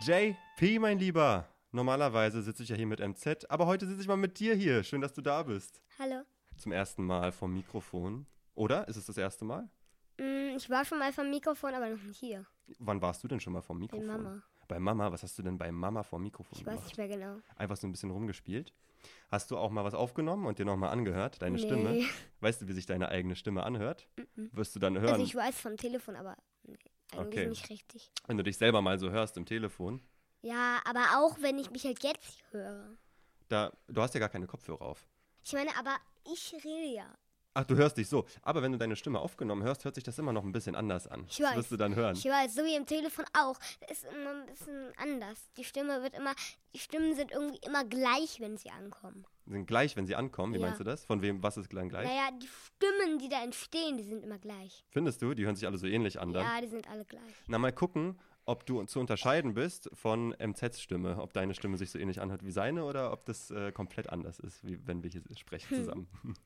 JP, mein Lieber. Normalerweise sitze ich ja hier mit MZ, aber heute sitze ich mal mit dir hier. Schön, dass du da bist. Hallo. Zum ersten Mal vom Mikrofon. Oder? Ist es das erste Mal? Mm, ich war schon mal vom Mikrofon, aber noch nicht hier. Wann warst du denn schon mal vom Mikrofon? Mama. Bei Mama? Was hast du denn bei Mama vom Mikrofon Ich weiß gemacht? nicht mehr genau. Einfach so ein bisschen rumgespielt? Hast du auch mal was aufgenommen und dir nochmal angehört, deine Nee. Stimme? Weißt du, wie sich deine eigene Stimme anhört? Wirst du dann hören, Also ich weiß vom Telefon, aber nee, eigentlich Okay. nicht richtig. wenn du dich selber mal so hörst im Telefon. Ja, aber auch wenn ich mich halt jetzt höre. Da, du hast ja gar keine Kopfhörer auf. Ich meine, aber ich rede ja. Ach, du hörst dich so. Aber wenn du deine Stimme aufgenommen hörst, hört sich das immer noch ein bisschen anders an. Ich Das weiß. wirst du dann hören. Ich weiß, so wie im Telefon auch. Es ist immer ein bisschen anders. Die Stimme wird immer, die Stimmen sind irgendwie immer gleich, wenn sie ankommen. Sind gleich, wenn sie ankommen. Wie Ja. meinst du das? Von wem, was ist dann gleich? Naja, die Stimmen, die da entstehen, die sind immer gleich. Findest du, die hören sich alle so ähnlich an dann? Ja, die sind alle gleich. Na, mal gucken, ob du zu unterscheiden bist von MZs Stimme. Ob deine Stimme sich so ähnlich anhört wie seine oder ob das äh, komplett anders ist, wie wenn wir hier Hm. sprechen zusammen.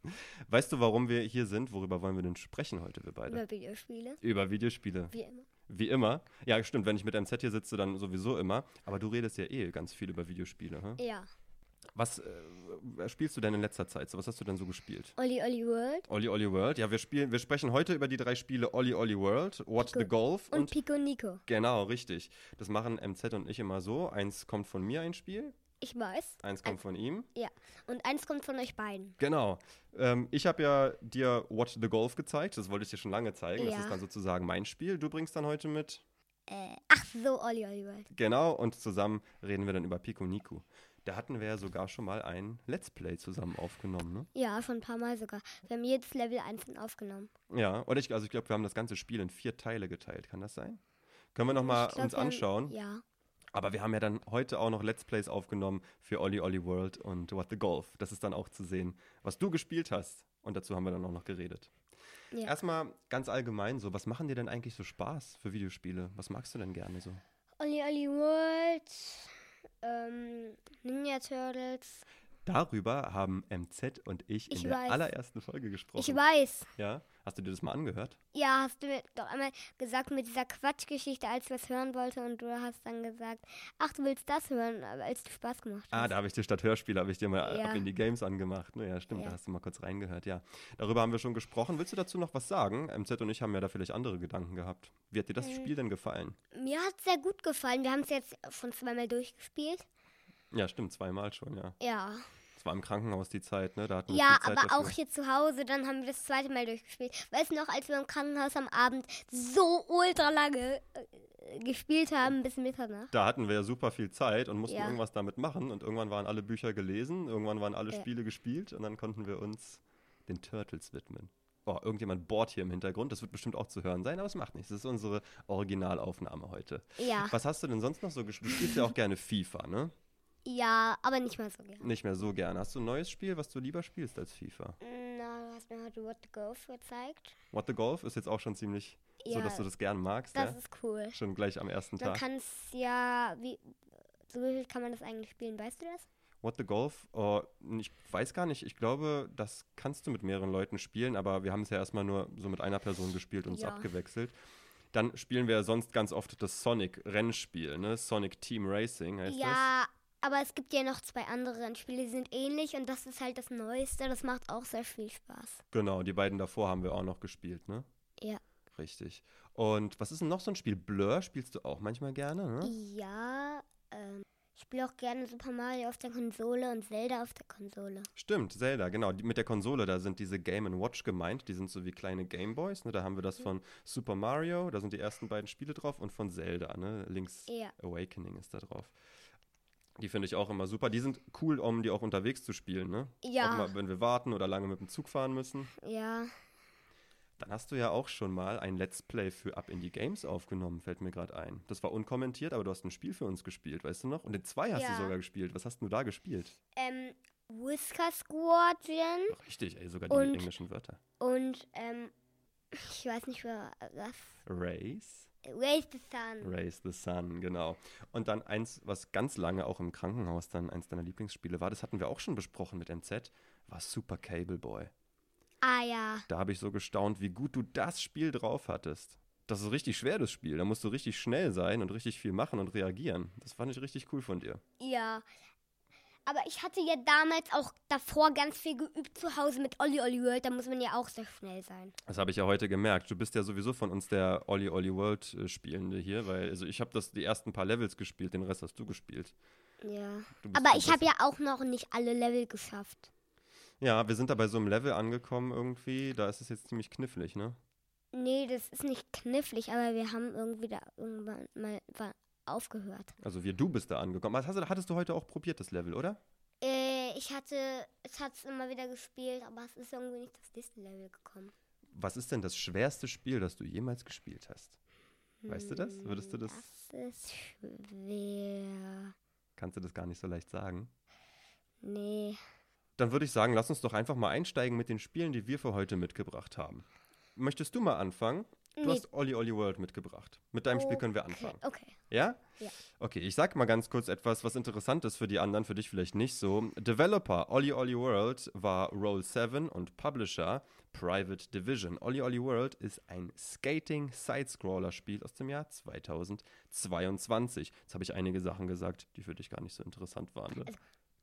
weißt du, warum wir hier sind? Worüber wollen wir denn sprechen heute, wir beide? Über Videospiele, Über Videospiele. wie immer. Wie immer. Ja, stimmt, wenn ich mit MZ hier sitze, dann sowieso immer. Aber du redest ja eh ganz viel über Videospiele. Hm? Ja. Was äh, spielst du denn in letzter Zeit? So, was hast du denn so gespielt? Olli Olli World Olli Olli World. Ja, wir spielen, wir sprechen heute über die drei Spiele Olli Olli World, What the Gut. Golf und, und Pico Nico. Genau, richtig. Das machen MZ und ich immer so. Eins kommt von mir ein Spiel, Ich weiß. eins kommt von ihm. Ja. Und eins kommt von euch beiden. Genau. Ähm, ich habe ja dir Watch the Golf gezeigt. Das wollte ich dir schon lange zeigen. Das Ja. ist dann sozusagen mein Spiel. Du bringst dann heute mit. Äh, ach so, Olli Olli World. Genau. Und zusammen reden wir dann über Pico Nico. Da hatten wir ja sogar schon mal ein Let's Play zusammen aufgenommen, ne? Ja, schon ein paar Mal sogar. Wir haben jedes Level einzeln aufgenommen. Ja. Oder ich, also ich glaube, wir haben das ganze Spiel in vier Teile geteilt. Kann das sein? Können wir nochmal Ich glaub, uns wir haben- anschauen. Ja. Aber wir haben ja dann heute auch noch Let's Plays aufgenommen für Olli Olli World und What the Golf. Das ist dann auch zu sehen, was du gespielt hast. Und dazu haben wir dann auch noch geredet. Ja. Erstmal ganz allgemein so, was machen dir denn eigentlich so Spaß für Videospiele? Was magst du denn gerne so? Olli Olli World. Ähm, Ninja Turtles. Darüber haben MZ und ich in Ich der weiß. allerersten Folge gesprochen. Ich weiß. ja? Hast du dir das mal angehört? Ja, hast du mir doch einmal gesagt mit dieser Quatschgeschichte, als ich was hören wollte und du hast dann gesagt, ach, du willst das hören, aber als du Spaß gemacht Ah, hast. da habe ich dir statt Hörspiele, habe ich dir mal Ja. ab in die Games angemacht. Naja, stimmt, da Ja. hast du mal kurz reingehört, ja. Darüber haben wir schon gesprochen. Willst du dazu noch was sagen? MZ und ich haben ja da vielleicht andere Gedanken gehabt. Wie hat dir Äh. das Spiel denn gefallen? Mir hat es sehr gut gefallen. Wir haben es jetzt schon zweimal durchgespielt. Ja, stimmt, zweimal schon, ja. Ja. Es war im Krankenhaus die Zeit, ne? Da hatten wir Ja, viel Zeit aber dafür. auch hier zu Hause, dann haben wir das zweite Mal durchgespielt. Weißt du noch, als wir im Krankenhaus am Abend so ultra lange äh, gespielt haben, bis Mitternacht? Da hatten wir ja super viel Zeit und mussten Ja. irgendwas damit machen. Und irgendwann waren alle Bücher gelesen, irgendwann waren alle Ja. Spiele gespielt und dann konnten wir uns den Turtles widmen. Oh, irgendjemand bohrt hier im Hintergrund. Das wird bestimmt auch zu hören sein, aber es macht nichts. Das ist unsere Originalaufnahme heute. Ja, Was hast du denn sonst noch so gespielt? Du spielst ja auch gerne FIFA, ne? ja, aber nicht mal so gerne. Nicht mehr so gerne. Hast du ein neues Spiel, was du lieber spielst als FIFA? Na, du hast mir heute What to Go gezeigt. What the Golf ist jetzt auch schon ziemlich so, Ja, dass du das gern magst, Das ja? ist cool. Schon gleich am ersten Man Tag. kann es ja, wie, so wie viel kann man das eigentlich spielen, weißt du das? What the Golf? Oh, ich weiß gar nicht. Ich glaube, das kannst du mit mehreren Leuten spielen, aber wir haben es ja erstmal nur so mit einer Person gespielt und uns Ja. abgewechselt. Dann spielen wir ja sonst ganz oft das Sonic-Rennspiel, ne? Sonic Team Racing heißt das. ja, aber es gibt ja noch zwei andere Rennspiele, die sind ähnlich und das ist halt das Neueste. Das macht auch sehr viel Spaß. Genau, die beiden davor haben wir auch noch gespielt, ne? Ja. Richtig. Und was ist denn noch so ein Spiel? Blur spielst du auch manchmal gerne, ne? Ja, ähm, ich spiele auch gerne Super Mario auf der Konsole und Zelda auf der Konsole. Stimmt, Zelda, genau. Die, mit der Konsole, da sind diese Game Watch gemeint. Die sind so wie kleine Gameboys, ne? Da haben wir das von Super Mario, da sind die ersten beiden Spiele drauf und von Zelda, ne? Links Ja. Awakening ist da drauf. Die finde ich auch immer super. Die sind cool, um die auch unterwegs zu spielen, ne? Ja. Auch mal, wenn wir warten oder lange mit dem Zug fahren müssen. Ja, Dann hast du ja auch schon mal ein Let's Play für Up Indie Games aufgenommen, fällt mir gerade ein. Das war unkommentiert, aber du hast ein Spiel für uns gespielt, weißt du noch? Und den zwei hast Ja. du sogar gespielt. Was hast denn du da gespielt? Ähm, Whisker Squadron Ach, richtig, ey, sogar die Und- englischen Wörter. und ähm, ich weiß nicht mehr was. Race. Raise the Sun. Raise the Sun, genau. Und dann eins, was ganz lange auch im Krankenhaus dann eins deiner Lieblingsspiele war, das hatten wir auch schon besprochen mit MZ, war Super Cable Boy. Ah ja. Da habe ich so gestaunt, wie gut du das Spiel drauf hattest. Das ist richtig schwer, das Spiel. Da musst du richtig schnell sein und richtig viel machen und reagieren. Das fand ich richtig cool von dir. Ja. Aber ich hatte ja damals auch davor ganz viel geübt zu Hause mit Olli Olli World. Da muss man ja auch sehr schnell sein. Das habe ich ja heute gemerkt. Du bist ja sowieso von uns der Olli Olli World äh, Spielende hier, weil also ich habe das die ersten paar Levels gespielt, den Rest hast du gespielt. Ja. Du bist Aber viel ich habe besser. ja auch noch nicht alle Level geschafft. ja, wir sind da bei so einem Level angekommen irgendwie. Da ist es jetzt ziemlich knifflig, ne? Nee, das ist nicht knifflig, aber wir haben irgendwie da irgendwann mal wa- aufgehört. Also wir, du bist da angekommen. Was hast du, hattest du heute auch probiert, das Level, oder? Äh, ich hatte, es hat es immer wieder gespielt, aber es ist irgendwie nicht das nächste Level gekommen. Was ist denn das schwerste Spiel, das du jemals gespielt hast? Weißt du Hm, das? Würdest du das, Das ist schwer. kannst du das gar nicht so leicht sagen? Nee. Dann würde ich sagen, lass uns doch einfach mal einsteigen mit den Spielen, die wir für heute mitgebracht haben. Möchtest du mal anfangen? Du Nee. hast Olli Olli World mitgebracht. Mit deinem Spiel können wir anfangen. Okay. okay. Ja? Ja. Okay, ich sag mal ganz kurz etwas, was interessant ist für die anderen, für dich vielleicht nicht so. Developer Olli Olli World war Roll7 und Publisher Private Division. Olli Olli World ist ein Skating-Sidescroller-Spiel aus dem Jahr 2022. Jetzt habe ich einige Sachen gesagt, die für dich gar nicht so interessant waren. Ne?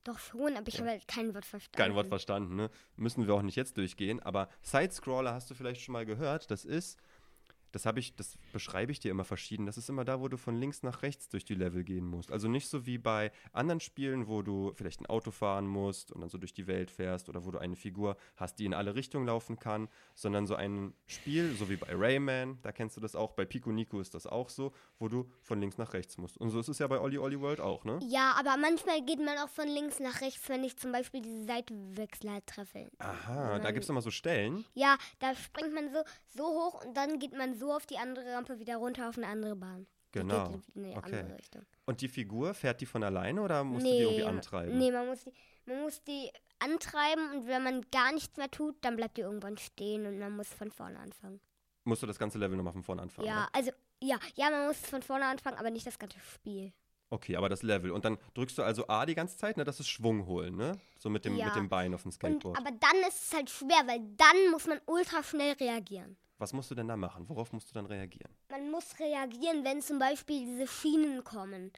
Doch schon, aber ich habe halt kein Wort verstanden. Kein Wort verstanden, ne? Müssen wir auch nicht jetzt durchgehen, aber Sidescroller hast du vielleicht schon mal gehört, das ist. Das habe ich, das beschreibe ich dir immer verschieden. Das ist immer da, wo du von links nach rechts durch die Level gehen musst. Also nicht so wie bei anderen Spielen, wo du vielleicht ein Auto fahren musst und dann so durch die Welt fährst oder wo du eine Figur hast, die in alle Richtungen laufen kann, sondern so ein Spiel, so wie bei Rayman, da kennst du das auch, bei Pico Nico ist das auch so, wo du von links nach rechts musst. Und so ist es ja bei Olli Olli World auch, ne? Ja, aber manchmal geht man auch von links nach rechts, wenn ich zum Beispiel diese Seitenwechsel treffe. Aha, da gibt es nochmal so Stellen. Ja, da springt man so, so hoch und dann geht man so auf die andere Rampe wieder runter auf eine andere Bahn. Die Genau. Geht in die Okay. andere Richtung. Und die Figur, fährt die von alleine oder musst du die irgendwie antreiben? Nee, man muss die, man muss die antreiben und wenn man gar nichts mehr tut, dann bleibt die irgendwann stehen und man muss von vorne anfangen. Musst du das ganze Level nochmal von vorne anfangen? Ja, ne? also, ja, ja, man muss von vorne anfangen, aber nicht das ganze Spiel. Okay, aber das Level. Und dann drückst du also A die ganze Zeit, ne? Das ist Schwung holen, ne? So mit dem, Ja. mit dem Bein auf dem Und, Skateboard. aber dann ist es halt schwer, weil dann muss man ultra schnell reagieren. Was musst du denn da machen? Worauf musst du dann reagieren? Man muss reagieren, wenn zum Beispiel diese Schienen kommen.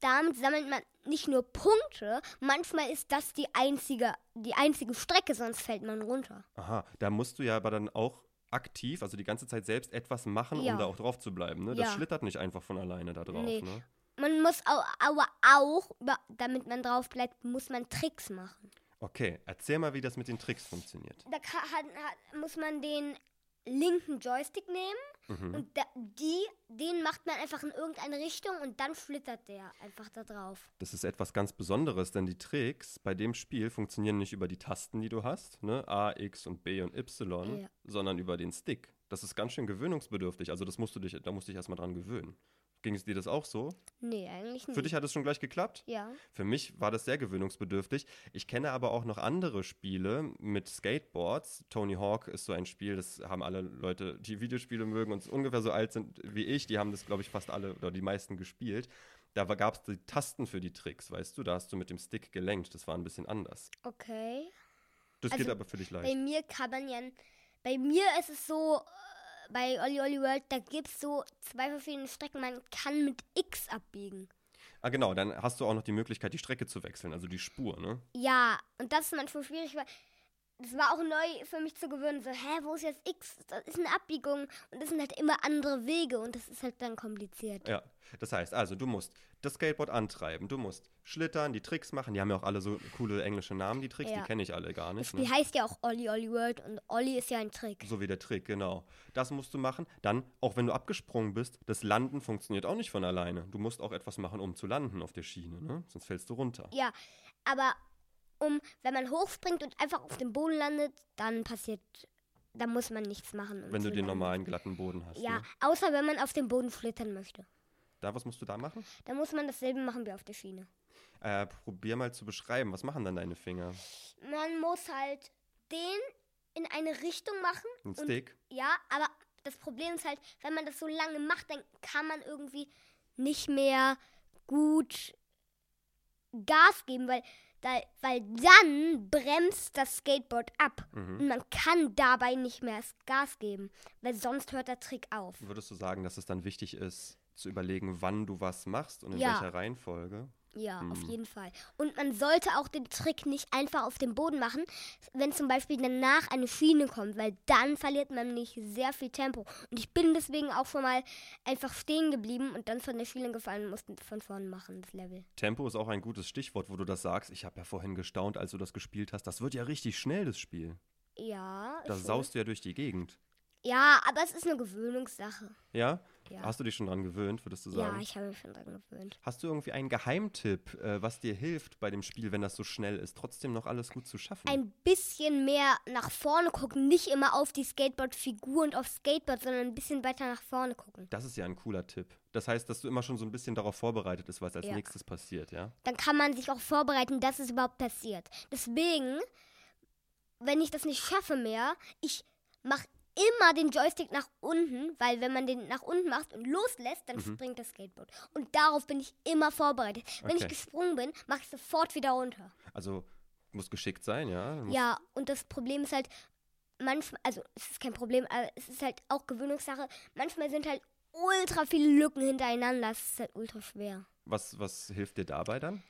Damit sammelt man nicht nur Punkte, manchmal ist das die einzige, die einzige Strecke, sonst fällt man runter. Aha, da musst du ja aber dann auch aktiv, also die ganze Zeit selbst etwas machen, Ja. um da auch drauf zu bleiben, ne? Das Ja. schlittert nicht einfach von alleine da drauf, Nee. ne? Man muss au- aber auch, über- damit man drauf bleibt, muss man Tricks machen. Okay, erzähl mal, wie das mit den Tricks funktioniert. Da ka- hat, hat, muss man den linken Joystick nehmen Mhm. und da, die, den macht man einfach in irgendeine Richtung und dann flittert der einfach da drauf. Das ist etwas ganz Besonderes, denn die Tricks bei dem Spiel funktionieren nicht über die Tasten, die du hast, ne? A, X und B und Y, Ja. sondern über den Stick. Das ist ganz schön gewöhnungsbedürftig. Also das musst du dich, da musst du dich erstmal dran gewöhnen. Ging es dir das auch so? Nee, eigentlich nicht. Für dich hat es schon gleich geklappt? Ja. Für mich war das sehr gewöhnungsbedürftig. Ich kenne aber auch noch andere Spiele mit Skateboards. Tony Hawk ist so ein Spiel, das haben alle Leute, die Videospiele mögen und ungefähr so alt sind wie ich, die haben das, glaube ich, fast alle oder die meisten gespielt. Da gab es die Tasten für die Tricks, weißt du? Da hast du mit dem Stick gelenkt. Das war ein bisschen anders. Okay. Das Also, geht aber für dich Bei leicht. mir kann man ja. Bei mir ist es so, äh, bei Olli Olli World, da gibt es so zwei verschiedene Strecken. Man kann mit X abbiegen. Ah, genau. Dann hast du auch noch die Möglichkeit, die Strecke zu wechseln, also die Spur, ne? Ja, und das ist manchmal schwierig, weil. Das war auch neu für mich zu gewöhnen. So, hä, wo ist jetzt X? Das ist eine Abbiegung. Und das sind halt immer andere Wege. Und das ist halt dann kompliziert. Ja, das heißt, also du musst das Skateboard antreiben, du musst schlittern, die Tricks machen, die haben ja auch alle so coole englische Namen, die Tricks, Ja. die kenne ich alle gar Das nicht. Spiel Ne? heißt ja auch Olli Olli World. Und Olli ist ja ein Trick. So wie der Trick, genau. Das musst du machen. Dann, auch wenn du abgesprungen bist, das Landen funktioniert auch nicht von alleine. Du musst auch etwas machen, um zu landen auf der Schiene, ne? Sonst fällst du runter. Ja, aber um, wenn man hochspringt und einfach auf dem Boden landet, dann passiert da muss man nichts machen. um wenn du zu den landen. normalen glatten Boden hast. Ja, Ne? außer wenn man auf dem Boden flittern möchte. Da, was musst du da machen? Dann muss man dasselbe machen wie auf der Schiene. Äh, probier mal zu beschreiben. Was machen dann deine Finger? Man muss halt den in eine Richtung machen. Ein Und- Stick? Ja, aber das Problem ist halt, wenn man das so lange macht, dann kann man irgendwie nicht mehr gut Gas geben, weil, da, weil dann bremst das Skateboard ab. Mhm. Und man kann dabei nicht mehr das Gas geben, weil sonst hört der Trick auf. Würdest du sagen, dass es dann wichtig ist, zu überlegen, wann du was machst und in Ja. welcher Reihenfolge? Ja, auf Mhm. jeden Fall. Und man sollte auch den Trick nicht einfach auf den Boden machen, wenn zum Beispiel danach eine Schiene kommt, weil dann verliert man nicht sehr viel Tempo. Und ich bin deswegen auch schon mal einfach stehen geblieben und dann von der Schiene gefallen und musste von vorne machen, das Level. Tempo ist auch ein gutes Stichwort, wo du das sagst. Ich habe ja vorhin gestaunt, als du das gespielt hast. Das wird ja richtig schnell, das Spiel. Ja. Da schon. saust du ja durch die Gegend. Ja, aber es ist eine Gewöhnungssache. Ja? Ja. Hast du dich schon dran gewöhnt, würdest du sagen? Ja, ich habe mich schon dran gewöhnt. Hast du irgendwie einen Geheimtipp, äh, was dir hilft bei dem Spiel, wenn das so schnell ist, trotzdem noch alles gut zu schaffen? Ein bisschen mehr nach vorne gucken, nicht immer auf die Skateboard-Figur und aufs Skateboard, sondern ein bisschen weiter nach vorne gucken. das ist ja ein cooler Tipp. Das heißt, dass du immer schon so ein bisschen darauf vorbereitet bist, was als Ja. nächstes passiert, ja? dann kann man sich auch vorbereiten, dass es überhaupt passiert. Deswegen, wenn ich das nicht schaffe mehr, ich mache immer den Joystick nach unten, weil wenn man den nach unten macht und loslässt, dann Mhm. springt das Skateboard. Und darauf bin ich immer vorbereitet. Wenn Okay. ich gesprungen bin, mache ich sofort wieder runter. Also, muss geschickt sein, ja? Du musst- Ja, und das Problem ist halt, manchmal, also es ist kein Problem, aber es ist halt auch Gewöhnungssache. Manchmal sind halt ultra viele Lücken hintereinander. Das ist halt ultra schwer. Was, was hilft dir dabei dann?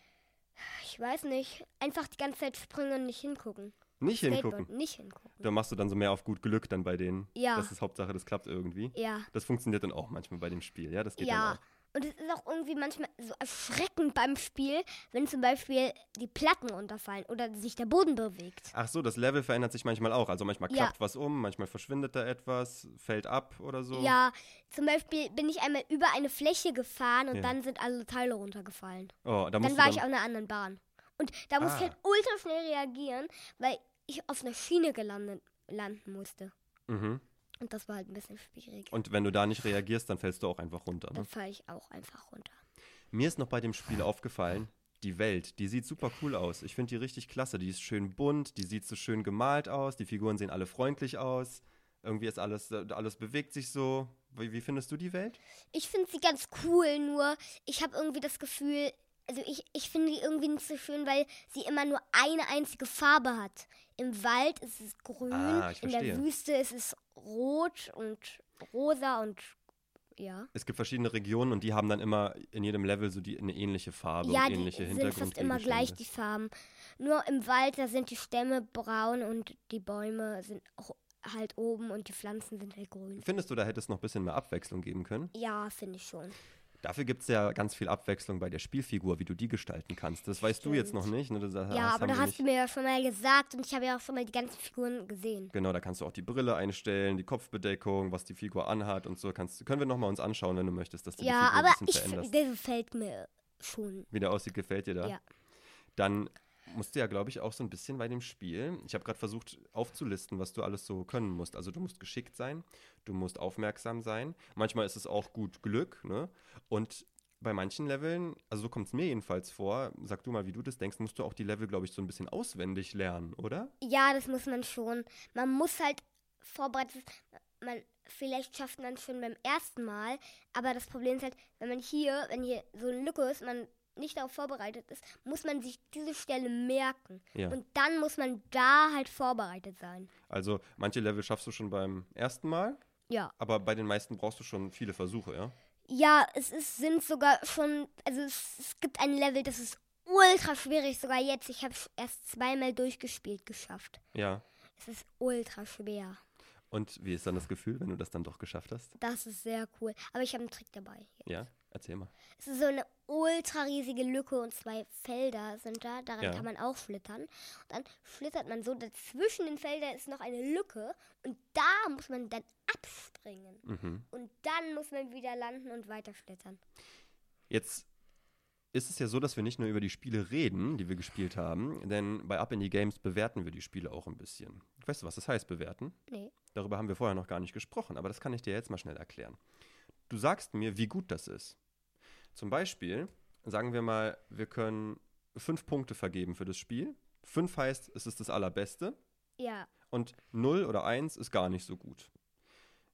Ich weiß nicht. Einfach die ganze Zeit springen und nicht hingucken. Nicht hingucken. Skateboard nicht hingucken. Da machst du dann so mehr auf gut Glück dann bei denen. Ja. Das ist Hauptsache, das klappt irgendwie. Ja. Das funktioniert dann auch manchmal bei dem Spiel, ja? Das geht ja. dann auch. Und es ist auch irgendwie manchmal so erschreckend beim Spiel, wenn zum Beispiel die Platten runterfallen oder sich der Boden bewegt. Ach so, das Level verändert sich manchmal auch. Also manchmal Ja. klappt was um, manchmal verschwindet da etwas, fällt ab oder so. Ja, zum Beispiel bin ich einmal über eine Fläche gefahren und Ja. dann sind alle Teile runtergefallen. Oh, da musst Dann du war dann, ich auf einer anderen Bahn. Und da musste ich Ah. halt ultra schnell reagieren, weil ich auf einer Schiene gelandet, landen musste. Mhm. Und das war halt ein bisschen schwierig. Und wenn du da nicht reagierst, dann fällst du auch einfach runter. Ne? Dann falle ich auch einfach runter. Mir ist noch bei dem Spiel aufgefallen, die Welt, die sieht super cool aus. Ich finde die richtig klasse. Die ist schön bunt, die sieht so schön gemalt aus, die Figuren sehen alle freundlich aus. Irgendwie ist alles, alles bewegt sich so. Wie, wie findest du die Welt? Ich finde sie ganz cool, nur ich habe irgendwie das Gefühl, also ich, ich finde die irgendwie nicht so schön, weil sie immer nur eine einzige Farbe hat. Im Wald ist es grün, Ah, ich in der verstehe. Wüste ist es rot und rosa und ja. Es gibt verschiedene Regionen und die haben dann immer in jedem Level so die, eine ähnliche Farbe ja, und die ähnliche sind fast immer Hintergrundgegenstände. gleich, die Farben. Nur im Wald, da sind die Stämme braun und die Bäume sind ho- halt oben und die Pflanzen sind halt grün. Findest du, da hätte es noch ein bisschen mehr Abwechslung geben können? Ja, finde ich schon. Dafür gibt es ja ganz viel Abwechslung bei der Spielfigur, wie du die gestalten kannst. Das weißt du jetzt noch nicht. Ne? Das, das ja, aber haben da wir hast nicht- du mir ja schon mal gesagt und ich habe ja auch schon mal die ganzen Figuren gesehen. Genau, da kannst du auch die Brille einstellen, die Kopfbedeckung, was die Figur anhat und so. Kannst, können wir nochmal uns anschauen, wenn du möchtest, dass du die Ja, Figur aber ein ich, bisschen veränderst. der gefällt mir schon. Wie der aussieht, gefällt dir da? Ja. Dann musst du ja, glaube ich, auch so ein bisschen bei dem Spiel, ich habe gerade versucht aufzulisten, was du alles so können musst. Also du musst geschickt sein, du musst aufmerksam sein. Manchmal ist es auch gut Glück, ne? Und bei manchen Leveln, also so kommt es mir jedenfalls vor, sag du mal, wie du das denkst, musst du auch die Level, glaube ich, so ein bisschen auswendig lernen, oder? Ja, das muss man schon. Man muss halt vorbereitet, man, vielleicht schafft man es schon beim ersten Mal, aber das Problem ist halt, wenn man hier, wenn hier so eine Lücke ist, man nicht darauf vorbereitet ist, muss man sich diese Stelle merken. Ja. Und dann muss man da halt vorbereitet sein. Also manche Level schaffst du schon beim ersten Mal, Ja. aber bei den meisten brauchst du schon viele Versuche, ja? Ja, es ist, sind sogar schon, also es, es gibt ein Level, das ist ultra schwierig, sogar jetzt. Ich habe es erst zweimal durchgespielt geschafft. Ja. Es ist ultra schwer. Und wie ist dann das Gefühl, wenn du das dann doch geschafft hast? Das ist sehr cool. Aber ich habe einen Trick dabei. Ja, erzähl mal. Es ist so eine ultra riesige Lücke und zwei Felder sind da. Daran Ja. kann man auch flittern. Und dann flittert man so. Dazwischen den Feldern ist noch eine Lücke. Und da muss man dann abspringen. Mhm. Und dann muss man wieder landen und weiter flittern. Jetzt ist es ja so, dass wir nicht nur über die Spiele reden, die wir gespielt haben, denn bei Up in the Games bewerten wir die Spiele auch ein bisschen. Weißt du, was das heißt, bewerten? Nee. Darüber haben wir vorher noch gar nicht gesprochen, aber das kann ich dir jetzt mal schnell erklären. Du sagst mir, wie gut das ist. Zum Beispiel, sagen wir mal, wir können fünf Punkte vergeben für das Spiel. Fünf heißt, es ist das Allerbeste Ja. und 0 oder 1 ist gar nicht so gut.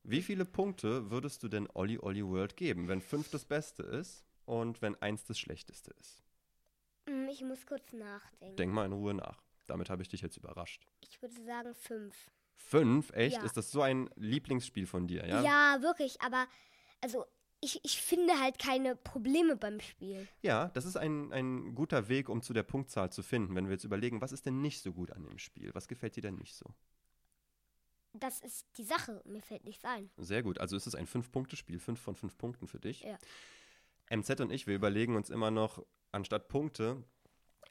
Wie viele Punkte würdest du denn Olli Olli World geben, wenn 5 das Beste ist und wenn 1 das Schlechteste ist? Hm, Ich muss kurz nachdenken. Denk mal in Ruhe nach. Damit habe ich dich jetzt überrascht. Ich würde sagen fünf. 5? Echt? Ja. Ist das so ein Lieblingsspiel von dir, ja? Ja, wirklich, aber also ich, ich finde halt keine Probleme beim Spiel. Ja, das ist ein, ein guter Weg, um zu der Punktzahl zu finden, wenn wir jetzt überlegen, was ist denn nicht so gut an dem Spiel? Was gefällt dir denn nicht so? Das ist die Sache. Mir fällt nichts ein. Sehr gut. Also ist es ein Fünf-Punkte-Spiel, fünf von fünf Punkten für dich. Ja. MZ und ich, wir überlegen uns immer noch, anstatt Punkte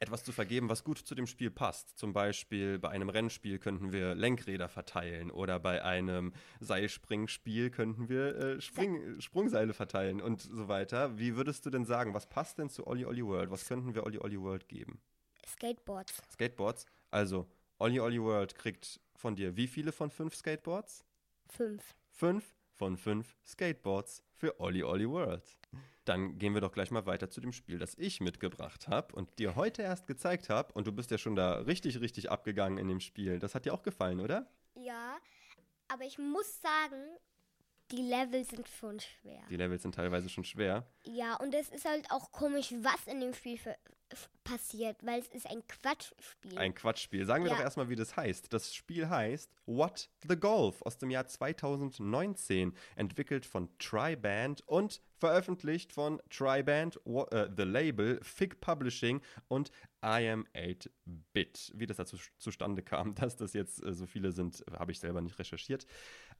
etwas zu vergeben, was gut zu dem Spiel passt. Zum Beispiel bei einem Rennspiel könnten wir Lenkräder verteilen oder bei einem Seilspringspiel könnten wir äh, Spring, Sprungseile verteilen und so weiter. Wie würdest du denn sagen, was passt denn zu Olli Olli World? Was könnten wir Olli Olli World geben? Skateboards. Skateboards. Also, Olli Olli World kriegt von dir wie viele von fünf Skateboards? Fünf. 5 von 5 Skateboards für Olli Olli World. Dann gehen wir doch gleich mal weiter zu dem Spiel, das ich mitgebracht habe und dir heute erst gezeigt habe. Und du bist ja schon da richtig, richtig abgegangen in dem Spiel. Das hat dir auch gefallen, oder? Ja, aber ich muss sagen, die Level sind schon schwer. Die Levels sind teilweise schon schwer. Ja, und es ist halt auch komisch, was in dem Spiel für, f- passiert, weil es ist ein Quatschspiel. Ein Quatschspiel. Sagen wir Ja. doch erstmal, wie das heißt. Das Spiel heißt What the Golf aus dem Jahr 2019, entwickelt von Triband und veröffentlicht von Triband, wa- äh, The Label, Fig Publishing und I am 8-Bit. Wie das dazu zustande kam, dass das jetzt äh, so viele sind, habe ich selber nicht recherchiert,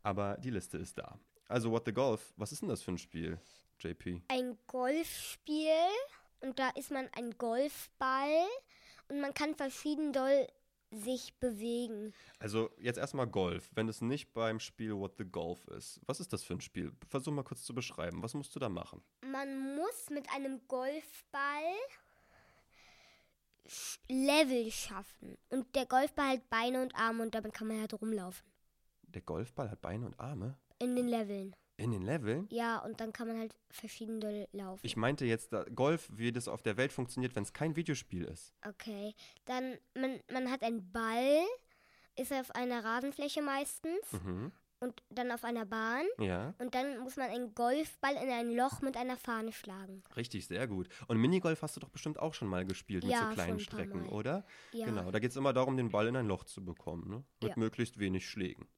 aber die Liste ist da. Also What the Golf, was ist denn das für ein Spiel, JP? ein Golfspiel und da ist man ein Golfball und man kann verschieden doll sich bewegen. Also jetzt erstmal Golf, wenn es nicht beim Spiel What the Golf ist. Was ist das für ein Spiel? Versuch mal kurz zu beschreiben. Was musst du da machen? Man muss mit einem Golfball Sch- Level schaffen und der Golfball hat Beine und Arme und damit kann man halt rumlaufen Der Golfball hat Beine und Arme. in den Leveln. In den Leveln? Ja, und dann kann man halt verschieden doll laufen. Ich meinte jetzt da, Golf, wie das auf der Welt funktioniert, wenn es kein Videospiel ist. Okay, dann man, man hat einen Ball, ist auf einer Rasenfläche meistens Mhm. und dann auf einer Bahn Ja, und dann muss man einen Golfball in ein Loch mit einer Fahne schlagen. richtig, sehr gut. Und Minigolf hast du doch bestimmt auch schon mal gespielt Ja, mit so kleinen schon ein paar Strecken, Mal. oder? Ja, Genau, da geht es immer darum, den Ball in ein Loch zu bekommen, ne? Mit Ja. möglichst wenig Schlägen.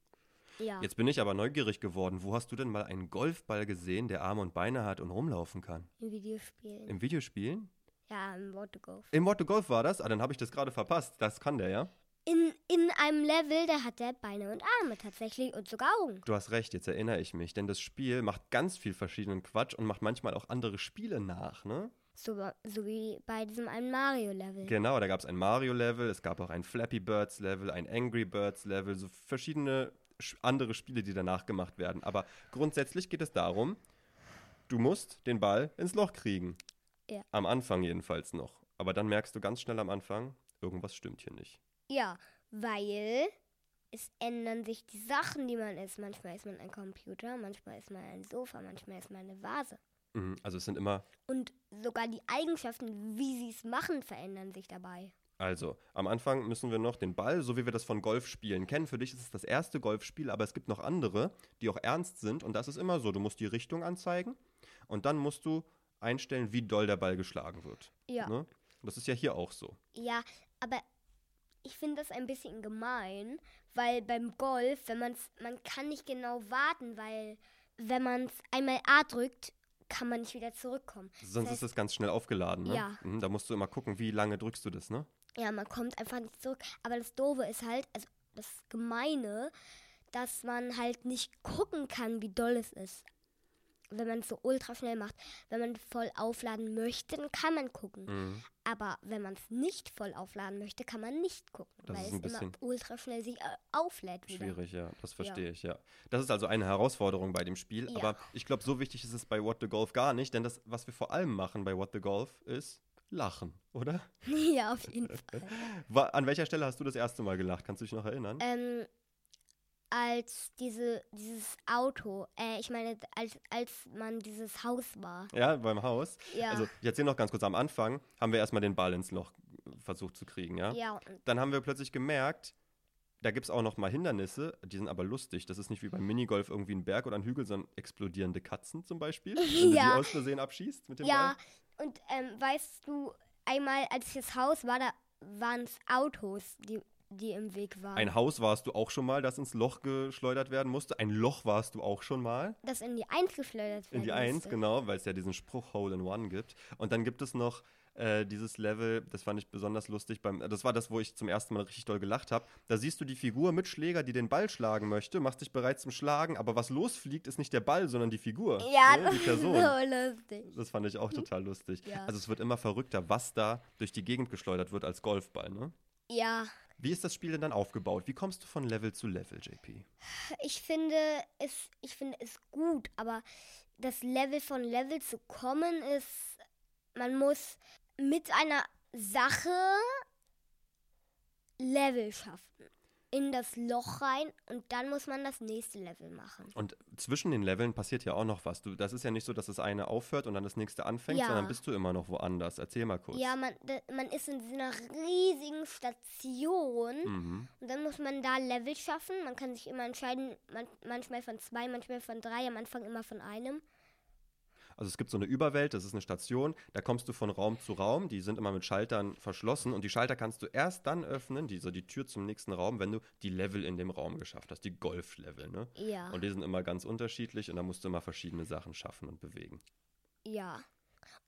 ja. Jetzt bin ich aber neugierig geworden. Wo hast du denn mal einen Golfball gesehen, der Arme und Beine hat und rumlaufen kann? im Videospiel. Im Videospielen? ja, im Water Golf. Im Motto Golf war das? Ah, dann habe ich das gerade verpasst. Das kann der, ja? In, in einem Level, da hat er Beine und Arme tatsächlich und sogar Augen. Du hast recht, jetzt erinnere ich mich. Denn das Spiel macht ganz viel verschiedenen Quatsch und macht manchmal auch andere Spiele nach, ne? So, wa- so wie bei diesem einen Mario-Level. Genau, da gab es ein Mario-Level, es gab auch ein Flappy Birds-Level, ein Angry Birds-Level, so verschiedene sch- andere Spiele, die danach gemacht werden. Aber grundsätzlich geht es darum, du musst den Ball ins Loch kriegen. Ja. Am Anfang jedenfalls noch. Aber dann merkst du ganz schnell am Anfang, irgendwas stimmt hier nicht. Ja, weil es ändern sich die Sachen, die man ist. Manchmal ist man ein Computer, manchmal ist man ein Sofa, manchmal ist man eine Vase. Mhm, Also es sind immer Und sogar die Eigenschaften, wie sie es machen, verändern sich dabei. Also, am Anfang müssen wir noch den Ball, so wie wir das von Golfspielen kennen. Für dich ist es das erste Golfspiel, aber es gibt noch andere, die auch ernst sind. Und das ist immer so. Du musst die Richtung anzeigen und dann musst du einstellen, wie doll der Ball geschlagen wird. Ja. Ne? Und Das ist ja hier auch so. Ja, aber ich finde das ein bisschen gemein, weil beim Golf, wenn man's, man kann nicht genau warten, weil wenn man es einmal A drückt, kann man nicht wieder zurückkommen. Sonst ist heißt- das ganz schnell aufgeladen. Ne? Ja. Mhm, da musst du immer gucken, wie lange drückst du das, ne? Ja, man kommt einfach nicht zurück. Aber das Doofe ist halt, also das Gemeine, dass man halt nicht gucken kann, wie doll es ist. wenn man es so ultra schnell macht, wenn man voll aufladen möchte, dann kann man gucken. Mhm. Aber wenn man es nicht voll aufladen möchte, kann man nicht gucken, Das weil ist es ein immer bisschen- ultra schnell sich äh, auflädt. wieder. Schwierig, ja, das verstehe ich, ja. Das ist also eine Herausforderung bei dem Spiel, Ja. aber ich glaube, so wichtig ist es bei What the Golf gar nicht, denn das, was wir vor allem machen bei What the Golf, ist lachen, oder? ja, auf jeden Fall. Wa- an welcher Stelle hast du das erste Mal gelacht? Kannst du dich noch erinnern? ähm, als diese, dieses Auto, äh, ich meine, als, als man dieses Haus war. Ja, beim Haus. Äh. Ja, Also, ich erzähle noch ganz kurz, am Anfang haben wir erstmal den Ball ins Loch äh, versucht zu kriegen, ja? ja, und Dann haben wir plötzlich gemerkt, da gibt es auch noch mal Hindernisse, die sind aber lustig. Das ist nicht wie beim Minigolf irgendwie ein Berg oder ein Hügel, sondern explodierende Katzen zum Beispiel, wenn du Ja. die aus Versehen abschießt mit dem Ja, Ball. und ähm, weißt du, einmal als das Haus war, da waren es Autos, die, die im Weg waren. Ein Haus warst du auch schon mal, das ins Loch geschleudert werden musste. Ein Loch warst du auch schon mal. das in die Eins geschleudert In die werden Eins, musste. genau, weil es ja diesen Spruch Hole in One gibt. Und dann gibt es noch äh, dieses Level, das fand ich besonders lustig. Beim, das war das, wo ich zum ersten Mal richtig doll gelacht habe. Da siehst du die Figur mit Schläger, die den Ball schlagen möchte, machst dich bereit zum Schlagen, aber was losfliegt, ist nicht der Ball, sondern die Figur. Ja, ne, die Person. so lustig. Das fand ich auch total lustig. Ja. Also es wird immer verrückter, was da durch die Gegend geschleudert wird als Golfball. Ne? Ja, Wie ist das Spiel denn dann aufgebaut? Wie kommst du von Level zu Level, JP? ich finde es, ich finde es gut, aber das Level von Level zu kommen ist, man muss mit einer Sache Level schaffen. In das Loch rein und dann muss man das nächste Level machen. Und zwischen den Leveln passiert ja auch noch was. Du, das ist ja nicht so, dass das eine aufhört und dann das nächste anfängt, Ja. sondern bist du immer noch woanders. Erzähl mal kurz. Ja, man, da- man ist in so einer riesigen Station Mhm. und dann muss man da Level schaffen. Man kann sich immer entscheiden, man, manchmal von zwei, manchmal von drei, am Anfang immer von einem. Also es gibt so eine Überwelt, das ist eine Station, da kommst du von Raum zu Raum, die sind immer mit Schaltern verschlossen und die Schalter kannst du erst dann öffnen, die, so die Tür zum nächsten Raum, wenn du die Level in dem Raum geschafft hast, die Golflevel, ne? Ja, Und die sind immer ganz unterschiedlich und da musst du immer verschiedene Sachen schaffen und bewegen. ja.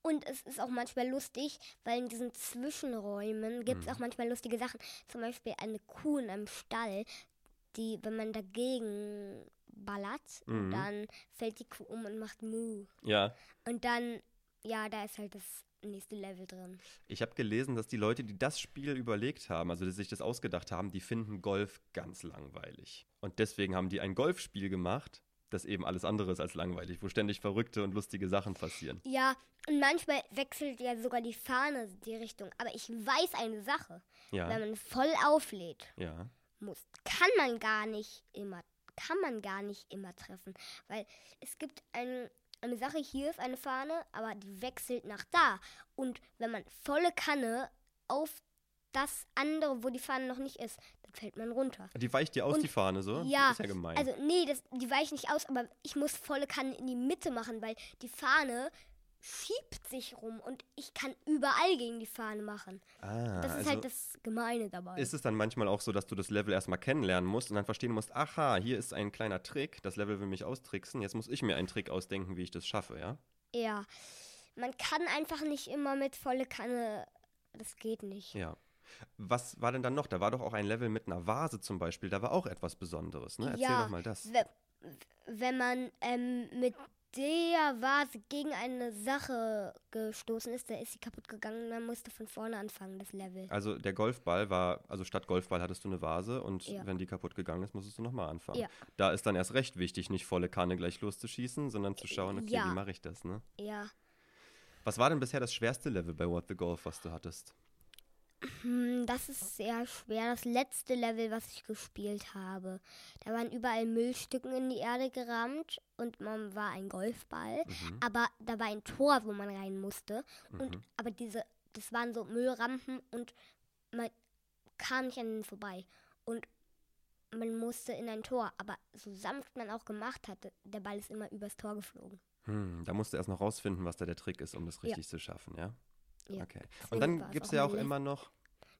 Und es ist auch manchmal lustig, weil in diesen Zwischenräumen gibt es Hm. auch manchmal lustige Sachen. Zum Beispiel eine Kuh in einem Stall, die, wenn man dagegen ballert, Mhm. dann fällt die Kuh um und macht Mu. Ja, Und dann, ja, da ist halt das nächste Level drin. Ich habe gelesen, dass die Leute, die das Spiel überlegt haben, also die sich das ausgedacht haben, die finden Golf ganz langweilig. Und deswegen haben die ein Golfspiel gemacht, das eben alles andere ist als langweilig, wo ständig verrückte und lustige Sachen passieren. Ja, und manchmal wechselt ja sogar die Fahne die Richtung. Aber ich weiß eine Sache. Ja, Wenn man voll auflädt ja. muss, kann man gar nicht immer, kann man gar nicht immer treffen. Weil es gibt ein, eine Sache, hier ist eine Fahne, aber die wechselt nach da. Und wenn man volle Kanne auf das andere, wo die Fahne noch nicht ist, dann fällt man runter. Die weicht dir aus, Und- die Fahne, so? Ja, Ist ja gemein. Also, nee, das, die weichen nicht aus, aber ich muss volle Kanne in die Mitte machen, weil die Fahne schiebt sich rum und ich kann überall gegen die Fahne machen. ah, Das ist also halt das Gemeine dabei. ist es dann manchmal auch so, dass du das Level erstmal kennenlernen musst und dann verstehen musst, aha, hier ist ein kleiner Trick, das Level will mich austricksen, jetzt muss ich mir einen Trick ausdenken, wie ich das schaffe, ja? ja. Man kann einfach nicht immer mit volle Kanne. Das geht nicht. Ja. Was war denn dann noch? Da war doch auch ein Level mit einer Vase zum Beispiel. Da war auch etwas Besonderes. Ne? Erzähl Ja. doch mal das. Wenn, wenn man ähm, mit der Vase gegen eine Sache gestoßen ist, dann ist sie kaputt gegangen, dann musste von vorne anfangen, das Level. Also der Golfball war, also statt Golfball hattest du eine Vase und Ja. wenn die kaputt gegangen ist, musstest du nochmal anfangen. Ja. Da ist dann erst recht wichtig, nicht volle Kanne gleich loszuschießen, sondern zu schauen, okay, Äh, Ja. wie mache ich das, ne? Ja. Was war denn bisher das schwerste Level bei What the Golf, was du hattest? Hm, Das ist sehr schwer. Das letzte Level, was ich gespielt habe, da waren überall Müllstücken in die Erde gerammt und man war ein Golfball, Mhm. aber da war ein Tor, wo man rein musste. Und aber diese, das waren so Müllrampen und man kam nicht an ihnen vorbei und man musste in ein Tor, aber so sanft man auch gemacht hatte, der Ball ist immer übers Tor geflogen. Hm, da musst du erst noch rausfinden, was da der Trick ist, um das richtig zu schaffen, ja? Ja. Okay. Deswegen Und war dann es gibt es auch ja mein auch Letz- immer noch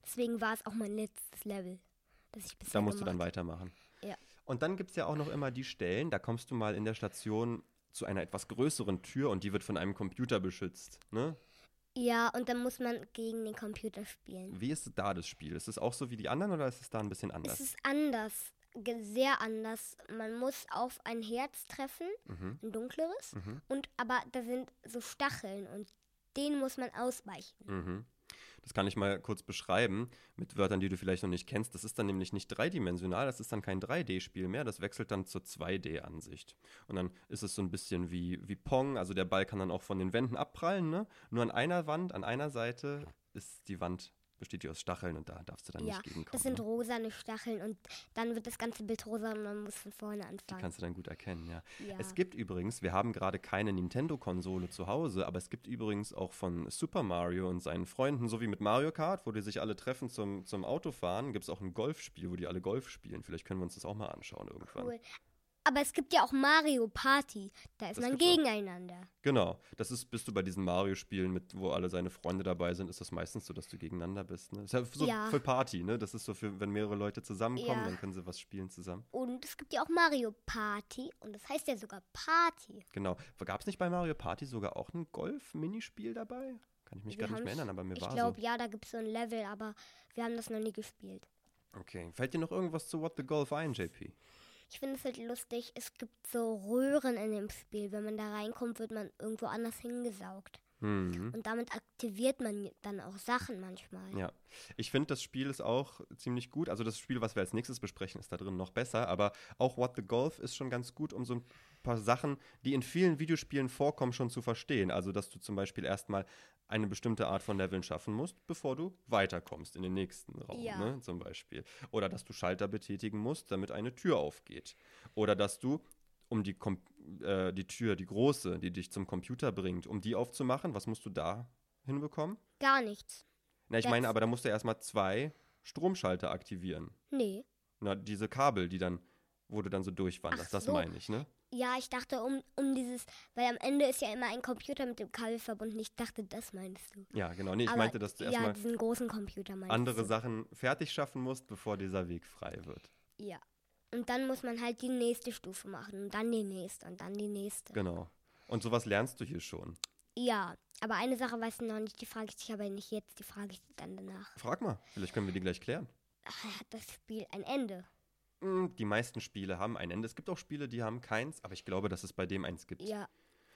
Deswegen war es auch mein letztes Level, das ich bisher Da musst du gemacht dann weitermachen. Ja. Und dann gibt es ja auch noch immer die Stellen, da kommst du mal in der Station zu einer etwas größeren Tür und die wird von einem Computer beschützt. Ne? Ja, und dann muss man gegen den Computer spielen. Wie ist da das Spiel? Ist es auch so wie die anderen oder ist es da ein bisschen Es anders? ist anders. ge- sehr anders. Man muss auf ein Herz treffen, Mhm. ein dunkleres. Mhm. Und aber da sind so Stacheln und den muss man ausweichen. Mhm. Das kann ich mal kurz beschreiben mit Wörtern, die du vielleicht noch nicht kennst. Das ist dann nämlich nicht dreidimensional, das ist dann kein 3D-Spiel mehr, das wechselt dann zur 2D-Ansicht. Und dann ist es so ein bisschen wie, wie Pong, also der Ball kann dann auch von den Wänden abprallen, ne? Nur an einer Wand, an einer Seite ist die Wand, besteht die aus Stacheln und da darfst du dann Ja, nicht gegenkommen. Das sind ne? rosane Stacheln und dann wird das ganze Bild rosa und man muss von Die vorne anfangen. kannst du dann gut erkennen, ja. Ja. Es gibt übrigens, wir haben gerade keine Nintendo-Konsole zu Hause, aber es gibt übrigens auch von Super Mario und seinen Freunden, so wie mit Mario Kart, wo die sich alle treffen zum, zum Autofahren, gibt es auch ein Golfspiel, wo die alle Golf spielen. Vielleicht können wir uns das auch mal anschauen irgendwann. Cool. Aber es gibt ja auch Mario Party. Da ist Das man gibt's auch. gegeneinander. Genau. Das ist, bist du bei diesen Mario-Spielen, mit, wo alle seine Freunde dabei sind, ist das meistens so, dass du gegeneinander bist. Ne? Ist ja so Ja. für Party, ne? Das ist so für, wenn mehrere Leute zusammenkommen, Ja. dann können sie was spielen zusammen. Und es gibt ja auch Mario Party. Und das heißt ja sogar Party. Genau. Gab es nicht bei Mario Party sogar auch ein Golf-Minispiel dabei? Kann ich mich gar Wir nicht mehr haben's- erinnern, aber mir ich war so. glaube, ja, da gibt es so ein Level, aber wir haben das noch nie gespielt. Okay. Fällt dir noch irgendwas zu What the Golf ein, JP? Ich finde es halt lustig, es gibt so Röhren in dem Spiel. Wenn man da reinkommt, wird man irgendwo anders hingesaugt. Mhm. Und damit aktiviert man dann auch Sachen manchmal. Ja, ich finde, das Spiel ist auch ziemlich gut. Also das Spiel, was wir als nächstes besprechen, ist da drin noch besser. Aber auch What the Golf ist schon ganz gut, um so ein paar Sachen, die in vielen Videospielen vorkommen, schon zu verstehen. Also dass du zum Beispiel erstmal eine bestimmte Art von Leveln schaffen musst, bevor du weiterkommst in den nächsten Raum, Ja. ne, zum Beispiel. Oder dass du Schalter betätigen musst, damit eine Tür aufgeht. Oder dass du um die, Kom äh, die Tür, die große, die dich zum Computer bringt, um die aufzumachen, was musst du da hinbekommen? Gar nichts. Na, ich Jetzt- meine, aber da musst du erstmal zwei Stromschalter aktivieren. Nee. Na, diese Kabel, die dann, wo du dann so durchwanderst, Ach das so. meine ich, ne? Ja, ich dachte um, um dieses, weil am Ende ist ja immer ein Computer mit dem Kabel verbunden. Ich dachte, das meinst du. Ja, genau. Nee, ich Aber meinte, dass du ja, erstmal diesen großen Computer meinst andere du. Sachen fertig schaffen musst, bevor dieser Weg frei wird. Ja. Und dann muss man halt die nächste Stufe machen und dann die nächste und dann die nächste. Genau. Und sowas lernst du hier schon. Ja, aber eine Sache weiß ich noch nicht, die frage ich dich aber nicht jetzt, die frage ich dich dann danach. Frag mal, vielleicht können wir die gleich klären. Ach, hat das Spiel ein Ende? Hm, Die meisten Spiele haben ein Ende. Es gibt auch Spiele, die haben keins, aber ich glaube, dass es bei dem eins gibt. Ja.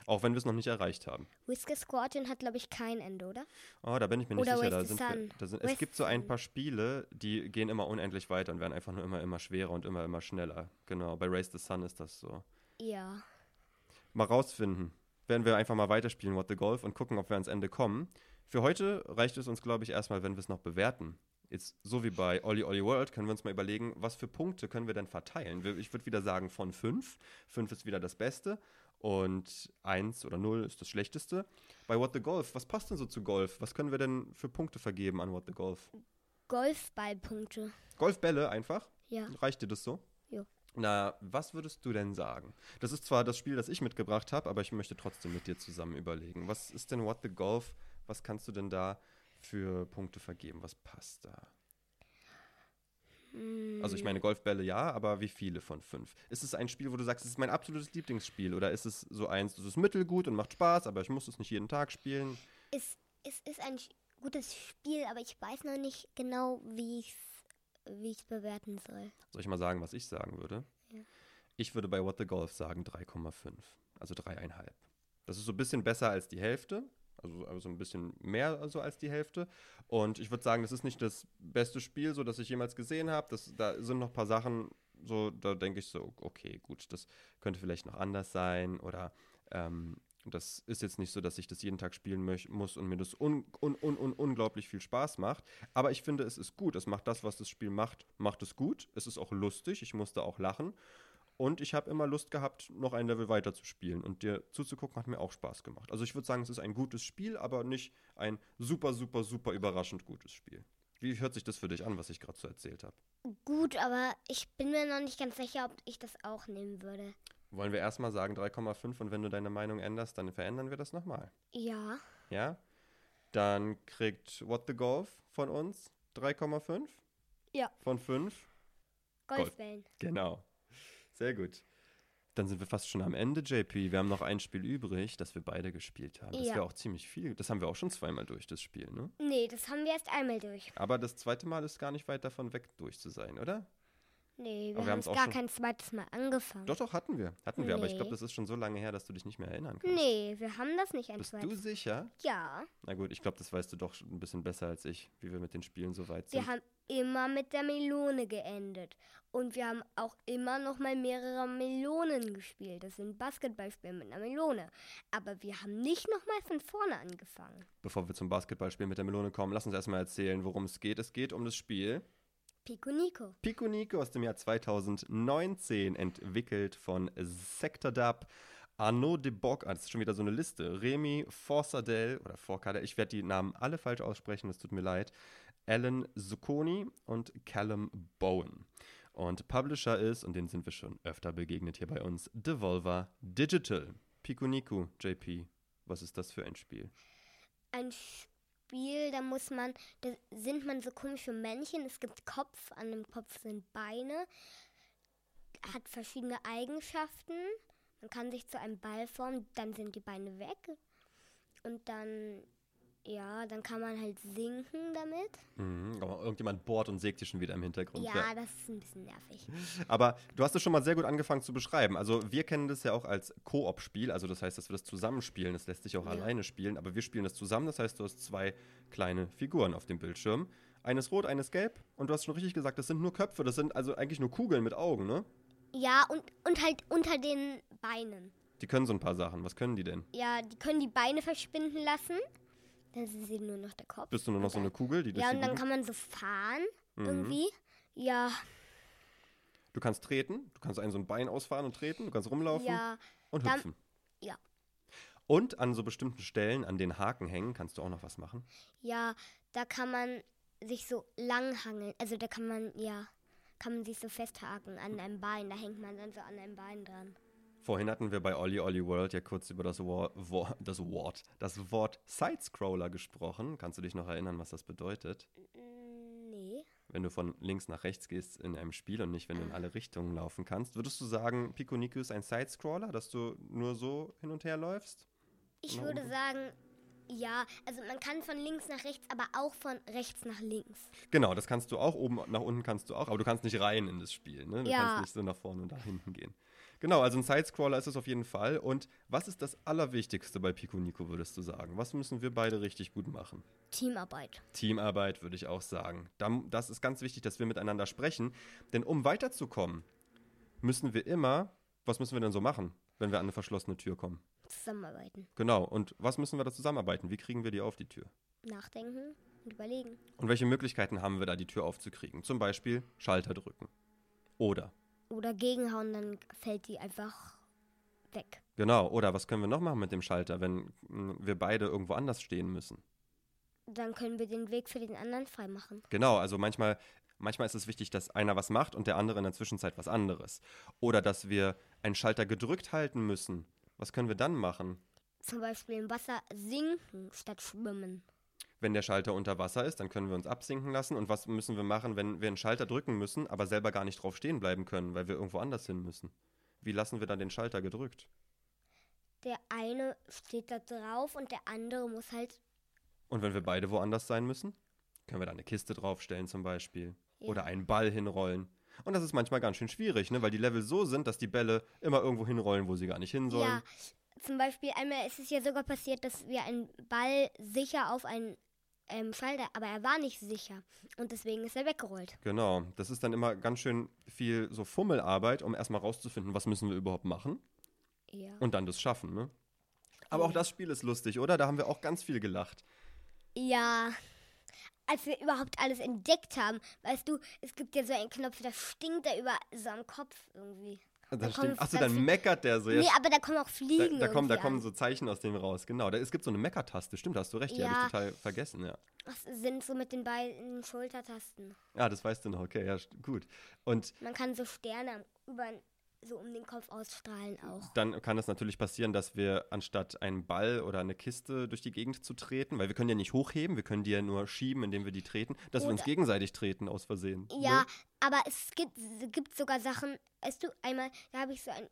Auch wenn wir es noch nicht erreicht haben. Whisker Squadron hat, glaube ich, kein Ende, oder? Oh, da bin ich mir nicht Oder sicher. Da Wasted sind wir, Sun. da sind, es Wasted gibt so ein Sun. paar Spiele, die gehen immer unendlich weiter und werden einfach nur immer, immer schwerer und immer, immer schneller. Genau, bei Race the Sun ist das so. Ja. Mal rausfinden. Werden wir einfach mal weiterspielen, What the Golf, und gucken, ob wir ans Ende kommen. Für heute reicht es uns, glaube ich, erstmal, wenn wir es noch bewerten. Jetzt, so wie bei Olli Olli World, können wir uns mal überlegen, was für Punkte können wir denn verteilen? Wir- Ich würde wieder sagen, von fünf. Fünf ist wieder das Beste. Und eins oder null ist das Schlechteste. Bei What the Golf, was passt denn so zu Golf? Was können wir denn für Punkte vergeben an What the Golf? Golfballpunkte. Golfbälle einfach? Ja. Reicht dir das so? Jo. Na, was würdest du denn sagen? Das ist zwar das Spiel, das ich mitgebracht habe, aber ich möchte trotzdem mit dir zusammen überlegen. Was ist denn What the Golf? Was kannst du denn da für Punkte vergeben? Was passt da? mm, Also ich meine Golfbälle ja, aber wie viele von fünf? Ist es ein Spiel, wo du sagst, es ist mein absolutes Lieblingsspiel? Oder ist es so eins, das ist mittelgut und macht Spaß, aber ich muss es nicht jeden Tag spielen? Es, es ist ein sch- gutes Spiel, aber ich weiß noch nicht genau, wie ich es wie ich's bewerten soll. Soll ich mal sagen, was ich sagen würde? Ja. Ich würde bei What the Golf sagen 3,5, also 3,5. Das ist so ein bisschen besser als die Hälfte, also, also ein bisschen mehr also als die Hälfte. Und ich würde sagen, das ist nicht das beste Spiel, so das ich jemals gesehen habe. Das- Da sind noch ein paar Sachen, so da denke ich so, okay, gut, das könnte vielleicht noch anders sein oder ähm, das ist jetzt nicht so, dass ich das jeden Tag spielen möch- muss und mir das un un un un unglaublich viel Spaß macht. Aber ich finde, es ist gut. Es macht das, was das Spiel macht, macht es gut. Es ist auch lustig. Ich musste auch lachen. Und ich habe immer Lust gehabt, noch ein Level weiter zu spielen. Und dir zuzugucken hat mir auch Spaß gemacht. Also ich würde sagen, es ist ein gutes Spiel, aber nicht ein super, super, super überraschend gutes Spiel. Wie hört sich das für dich an, was ich gerade so erzählt habe? Gut, aber ich bin mir noch nicht ganz sicher, ob ich das auch nehmen würde. Wollen wir erstmal sagen 3,5 und wenn du deine Meinung änderst, dann verändern wir das nochmal. Ja. Ja? Dann kriegt What the Golf von uns 3,5. Ja. Von 5. Golfbällen. Genau. Sehr gut. Dann sind wir fast schon am Ende, JP. Wir haben noch ein Spiel übrig, das wir beide gespielt haben. Das Ja. wäre auch ziemlich viel. Das haben wir auch schon zweimal durch, das Spiel, ne? Nee, das haben wir erst einmal durch. Aber das zweite Mal ist gar nicht weit davon weg, durch zu sein, oder? Nee, Aber wir, wir haben haben's es auch gar schon- kein zweites Mal angefangen. Doch, doch, hatten wir. Hatten wir, aber ich glaube, Nee. das ist schon so lange her, dass du dich nicht mehr erinnern kannst. Nee, wir haben das nicht ein Bist zweites du sicher? Ja, Na gut, ich glaube, das weißt du doch schon ein bisschen besser als ich, wie wir mit den Spielen so weit wir sind. haben immer mit der Melone geendet. Und wir haben auch immer noch mal mehrere Melonen gespielt. Das sind Basketballspiele mit einer Melone. Aber wir haben nicht noch mal von vorne angefangen. Bevor wir zum Basketballspiel mit der Melone kommen, lass uns erstmal erzählen, worum es geht. Es geht um das Spiel Pico Nico. Pico Nico aus dem Jahr 2019, entwickelt von Sectordub, Arnaud de Bock, ah, das ist schon wieder so eine Liste, Remy Forsadell oder Forcadell, ich werde die Namen alle falsch aussprechen, das tut mir leid, Alan Zucconi und Callum Bowen. Und Publisher ist, und dem sind wir schon öfter begegnet hier bei uns, Devolver Digital. Pico Nico, JP, was ist das für ein Spiel? Ein Spiel, da muss man, da sind man so komische Männchen. Es gibt Kopf, an dem Kopf sind Beine. Hat verschiedene Eigenschaften. Man kann sich zu einem Ball formen, dann sind die Beine weg. Und dann, ja, dann kann man halt sinken damit. Mhm, aber irgendjemand bohrt und sägt hier schon wieder im Hintergrund. Ja, das ist ein bisschen nervig. Aber du hast es schon mal sehr gut angefangen zu beschreiben. Also wir kennen das ja auch als Koop-Spiel, also das heißt, dass wir das zusammenspielen. Das lässt sich auch Ja. alleine spielen, aber wir spielen das zusammen. Das heißt, du hast zwei kleine Figuren auf dem Bildschirm. Eines rot, eines gelb. Und du hast schon richtig gesagt, das sind nur Köpfe. Das sind also eigentlich nur Kugeln mit Augen, ne? Ja, und, und halt unter den Beinen. Die können so ein paar Sachen. Was können die denn? Ja, die können die Beine verschwinden lassen. Dann sind sie nur noch der Kopf. Bist du nur noch so eine Kugel, die durch Ja, die und dann Gegend- kann man so fahren irgendwie. Ja, Du kannst treten, du kannst einen so ein Bein ausfahren und treten, du kannst rumlaufen ja, und dann- hüpfen. ja. Und an so bestimmten Stellen, an den Haken hängen, kannst du auch noch was machen. ja, da kann man sich so langhangeln. Also da kann man, ja, kann man sich so festhaken an einem Bein. Da hängt man dann so an einem Bein dran. Vorhin hatten wir bei Olli Olli World ja kurz über das, Wo Wo das Wort, das Wort Sidescroller gesprochen. Kannst du dich noch erinnern, was das bedeutet? Mm, Nee. Wenn du von links nach rechts gehst in einem Spiel und nicht, wenn du in alle Richtungen laufen kannst, würdest du sagen, Pico Nico ist ein Sidescroller, dass du nur so hin und her läufst? Ich Na, würde okay. sagen, ja, also man kann von links nach rechts, aber auch von rechts nach links. Genau, das kannst du auch. Oben nach unten kannst du auch, aber du kannst nicht rein in das Spiel. Ne? Du Ja. kannst nicht so nach vorne und nach hinten gehen. Genau, also ein Sidescroller ist es auf jeden Fall. Und was ist das Allerwichtigste bei Pico Nico, würdest du sagen? Was müssen wir beide richtig gut machen? Teamarbeit. Teamarbeit, würde ich auch sagen. Dann- Das ist ganz wichtig, dass wir miteinander sprechen. Denn um weiterzukommen, müssen wir immer, was müssen wir denn so machen, wenn wir an eine verschlossene Tür kommen? Zusammenarbeiten. Genau. Und was müssen wir da zusammenarbeiten? Wie kriegen wir die auf die Tür? Nachdenken und überlegen. Und welche Möglichkeiten haben wir da, die Tür aufzukriegen? Zum Beispiel Schalter drücken. Oder. Oder gegenhauen, dann fällt die einfach weg. Genau. Oder was können wir noch machen mit dem Schalter, wenn mh, wir beide irgendwo anders stehen müssen? Dann können wir den Weg für den anderen freimachen. Genau, also manchmal, manchmal ist es wichtig, dass einer was macht und der andere in der Zwischenzeit was anderes. Oder dass wir einen Schalter gedrückt halten müssen. Was können wir dann machen, Zum Beispiel im Wasser sinken statt schwimmen. wenn der Schalter unter Wasser ist? Dann können wir uns absinken lassen. Und was müssen wir machen, wenn wir einen Schalter drücken müssen, aber selber gar nicht drauf stehen bleiben können, weil wir irgendwo anders hin müssen? Wie lassen wir dann den Schalter gedrückt? Der eine steht da drauf und der andere muss halt. Und wenn wir beide woanders sein müssen, können wir da eine Kiste draufstellen zum Beispiel. Ja. Oder einen Ball hinrollen. Und das ist manchmal ganz schön schwierig, ne? weil die Level so sind, dass die Bälle immer irgendwo hinrollen, wo sie gar nicht hin sollen. Ja, zum Beispiel einmal ist es ja sogar passiert, dass wir einen Ball sicher auf einen ähm, Schalter, aber er war nicht sicher und deswegen ist er weggerollt. Genau, das ist dann immer ganz schön viel so Fummelarbeit, um erstmal rauszufinden, was müssen wir überhaupt machen Ja. und dann das schaffen, ne? Aber auch das Spiel ist lustig, oder? Da haben wir auch ganz viel gelacht. Ja. Als wir überhaupt alles entdeckt haben, weißt du, es gibt ja so einen Knopf, da stinkt er über so am Kopf irgendwie. Da Da kommen stimmt, achso, ganz dann viel- meckert der so. Ja, nee, aber da kommen auch Also da, Fliegen. da, kommen, da irgendwie kommen an. so Zeichen aus dem raus, genau. Da, es gibt so eine Meckertaste, stimmt, da hast du recht, die Ja. habe ich total vergessen, ja. Das sind so mit den beiden Schultertasten. Ah, das weißt du noch, okay, ja, st- gut. Und Man kann so Sterne am- über so um den Kopf ausstrahlen auch. dann kann es natürlich passieren, dass wir anstatt einen Ball oder eine Kiste durch die Gegend zu treten, weil wir können die ja nicht hochheben, wir können die ja nur schieben, indem wir die treten, dass wir Oder- uns gegenseitig treten aus Versehen. Ja, ne? aber es gibt, es gibt sogar Sachen, weißt du, einmal, da habe ich so ein,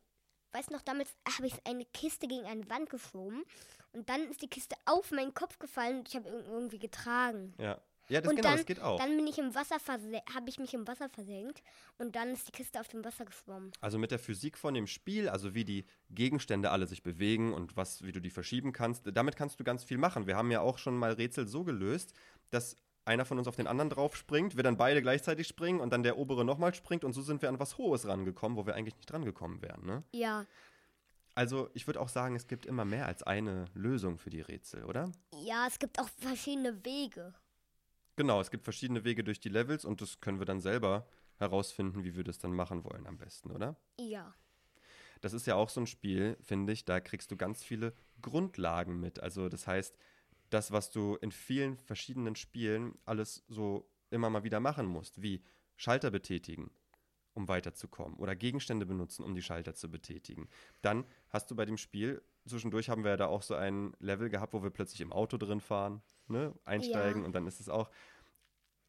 weiß noch, damals habe ich eine Kiste gegen eine Wand geschoben und dann ist die Kiste auf meinen Kopf gefallen und ich habe irg- irgendwie getragen. Ja. Ja, das, und genau, dann, das geht auch. dann bin ich im Wasser habe ich mich im Wasser versenkt und dann ist die Kiste auf dem Wasser geschwommen. Also mit der Physik von dem Spiel, also wie die Gegenstände alle sich bewegen und was, wie du die verschieben kannst, damit kannst du ganz viel machen. Wir haben ja auch schon mal Rätsel so gelöst, dass einer von uns auf den anderen drauf springt, wir dann beide gleichzeitig springen und dann der obere nochmal springt und so sind wir an was Hohes rangekommen, wo wir eigentlich nicht rangekommen wären. Ne? Ja. Also ich würde auch sagen, es gibt immer mehr als eine Lösung für die Rätsel, oder? Ja, es gibt auch verschiedene Wege. Genau, es gibt verschiedene Wege durch die Levels und das können wir dann selber herausfinden, wie wir das dann machen wollen am besten, oder? Ja. das ist ja auch so ein Spiel, finde ich, da kriegst du ganz viele Grundlagen mit. Also das heißt, das, was du in vielen verschiedenen Spielen alles so immer mal wieder machen musst, wie Schalter betätigen, um weiterzukommen, oder Gegenstände benutzen, um die Schalter zu betätigen. Dann hast du bei dem Spiel, zwischendurch haben wir ja da auch so ein Level gehabt, wo wir plötzlich im Auto drin fahren, ne? einsteigen Ja. und dann ist es auch.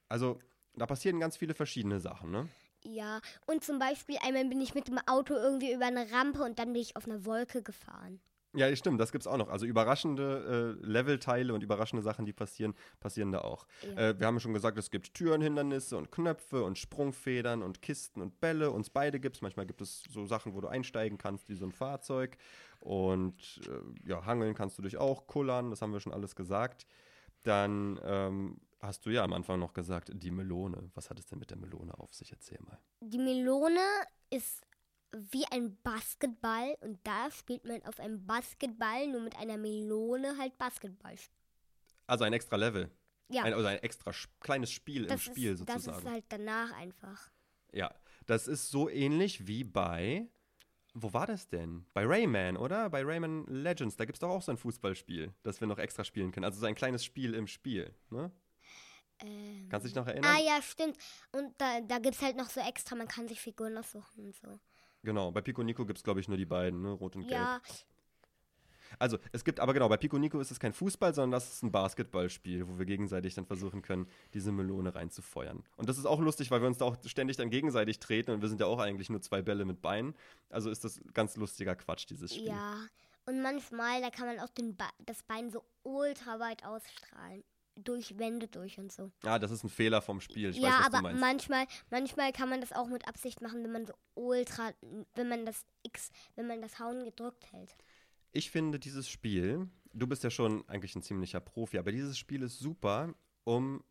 Also da passieren ganz viele verschiedene Sachen, ne? Ja. Und zum Beispiel einmal bin ich mit dem Auto irgendwie über eine Rampe und dann bin ich auf einer Wolke gefahren. Ja, stimmt, das gibt's auch noch. Also überraschende äh, Levelteile und überraschende Sachen, die passieren, passieren da auch. Ja. Äh, wir haben schon gesagt, es gibt Türenhindernisse und Knöpfe und Sprungfedern und Kisten und Bälle. Uns beide gibt's. Manchmal gibt es so Sachen, wo du einsteigen kannst, wie so ein Fahrzeug. Und äh, ja, hangeln kannst du dich auch, kullern, das haben wir schon alles gesagt. Dann ähm, hast du ja am Anfang noch gesagt, die Melone. Was hat es denn mit der Melone auf sich? Erzähl mal. Die Melone ist wie ein Basketball und da spielt man auf einem Basketball nur mit einer Melone halt Basketball. Also ein extra Level. Ja. Ein, also ein extra sch- kleines Spiel im das Spiel ist, sozusagen. Das ist halt danach einfach. Ja, das ist so ähnlich wie bei. Wo war das denn? Bei Rayman, oder? Bei Rayman Legends. Da gibt es doch auch so ein Fußballspiel, das wir noch extra spielen können. Also so ein kleines Spiel im Spiel. Ne? Ähm, Kannst du dich noch erinnern? ah ja, stimmt. Und da, da gibt es halt noch so extra, man kann sich Figuren aussuchen und so. Genau, bei Pico Nico gibt es, glaube ich, nur die beiden, ne? Rot und Gelb. Ja, Also, es gibt, aber genau, bei Pico Nico ist es kein Fußball, sondern das ist ein Basketballspiel, wo wir gegenseitig dann versuchen können, diese Melone reinzufeuern. Und das ist auch lustig, weil wir uns da auch ständig dann gegenseitig treten und wir sind ja auch eigentlich nur zwei Bälle mit Beinen. Also ist das ganz lustiger Quatsch, dieses Spiel. ja. Und manchmal, da kann man auch den Ba- das Bein so ultra weit ausstrahlen. Durch Wände durch und so. Ah, das ist ein Fehler vom Spiel. Ich ja, weiß, was aber du meinst. manchmal, manchmal kann man das auch mit Absicht machen, wenn man so ultra, wenn man das X, wenn man das Hauen gedrückt hält. Ich finde dieses Spiel, du bist ja schon eigentlich ein ziemlicher Profi, aber dieses Spiel ist super, um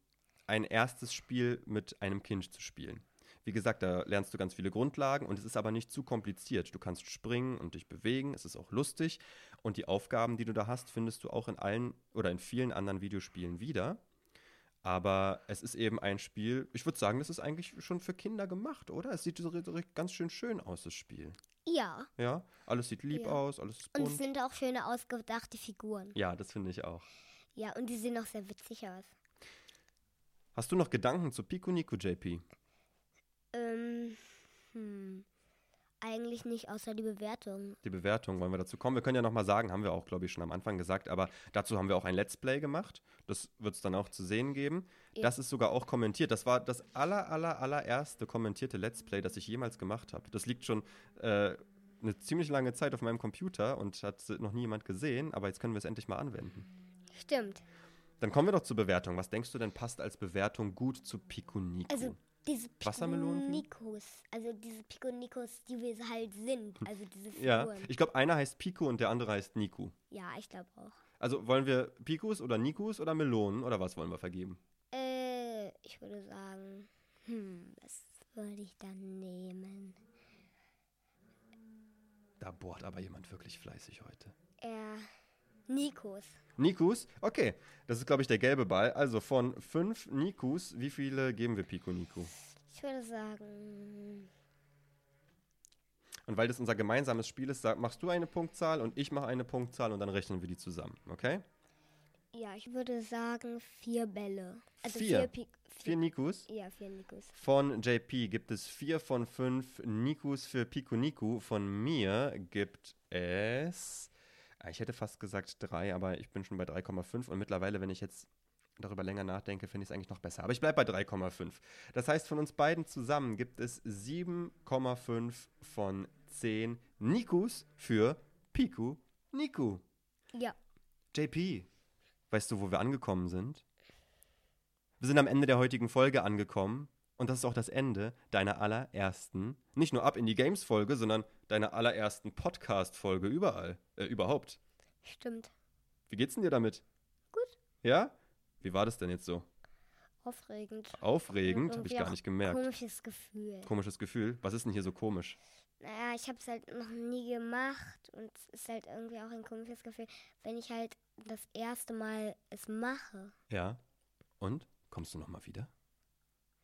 ein erstes Spiel mit einem Kind zu spielen. Wie gesagt, da lernst du ganz viele Grundlagen und es ist aber nicht zu kompliziert. Du kannst springen und dich bewegen, es ist auch lustig und die Aufgaben, die du da hast, findest du auch in allen oder in vielen anderen Videospielen wieder. Aber es ist eben ein Spiel, ich würde sagen, das ist eigentlich schon für Kinder gemacht, oder? Es sieht so richtig ganz schön schön aus, das Spiel. Ja. Ja, alles sieht lieb Ja. aus, alles ist Und bunt. es sind auch schöne ausgedachte Figuren. Ja, das finde ich auch. Ja, und die sehen auch sehr witzig aus. Hast du noch Gedanken zu Pico Nico JP? Ähm, hm. Eigentlich nicht, außer die Bewertung. Die Bewertung, wollen wir dazu kommen? Wir können ja nochmal sagen, haben wir auch, glaube ich, schon am Anfang gesagt, aber dazu haben wir auch ein Let's Play gemacht. Das wird es dann auch zu sehen geben. Ja. Das ist sogar auch kommentiert. Das war das aller, aller, allererste kommentierte Let's Play, das ich jemals gemacht habe. Das liegt schon äh, eine ziemlich lange Zeit auf meinem Computer und hat noch nie jemand gesehen, aber jetzt können wir es endlich mal anwenden. Stimmt. Dann kommen wir doch zur Bewertung. Was denkst du denn passt als Bewertung gut zu Pico Nico? Also diese Wassermelonen? Piconicos, also diese Piconicos, die wir halt sind, also diese Hm. ja, Figuren. ich glaube, einer heißt Pico und der andere heißt Nico. Ja, ich glaube auch. Also wollen wir Pikus oder Nikus oder Melonen oder was wollen wir vergeben? Äh, ich würde sagen, hm, was würde ich dann nehmen? Da bohrt aber jemand wirklich fleißig heute. Äh, Nikos. Nikus? Okay, das ist, glaube ich, der gelbe Ball. Also von fünf Nikus, wie viele geben wir Pico Niku? Ich würde sagen, Und weil das unser gemeinsames Spiel ist, sag, machst du eine Punktzahl und ich mache eine Punktzahl und dann rechnen wir die zusammen, okay? ja, ich würde sagen vier Bälle. Also Vier. vier, Pi Vier Nikus. Ja, vier Nikos. Von JP gibt es vier von fünf Nikus für Pico Niku. Von mir gibt es. ah, Ich hätte fast gesagt drei, aber ich bin schon bei 3,5 und mittlerweile, wenn ich jetzt darüber länger nachdenke, finde ich es eigentlich noch besser. Aber ich bleibe bei 3,5. Das heißt, von uns beiden zusammen gibt es 7,5 von 10 Nikus für Piku Niku. Ja. JP, weißt du, wo wir angekommen sind? Wir sind am Ende der heutigen Folge angekommen. Und das ist auch das Ende deiner allerersten, nicht nur Ab in die Games-Folge, sondern deiner allerersten Podcast-Folge überall, äh, überhaupt. Stimmt. Wie geht's denn dir damit? Gut. Ja? Wie war das denn jetzt so? Aufregend. Aufregend, habe ich Irgendwie gar auch nicht gemerkt. Komisches Gefühl. Komisches Gefühl. Was ist denn hier so komisch? Naja, ich habe es halt noch nie gemacht und es ist halt irgendwie auch ein komisches Gefühl, wenn ich halt das erste Mal es mache. Ja. Und? Kommst du nochmal wieder?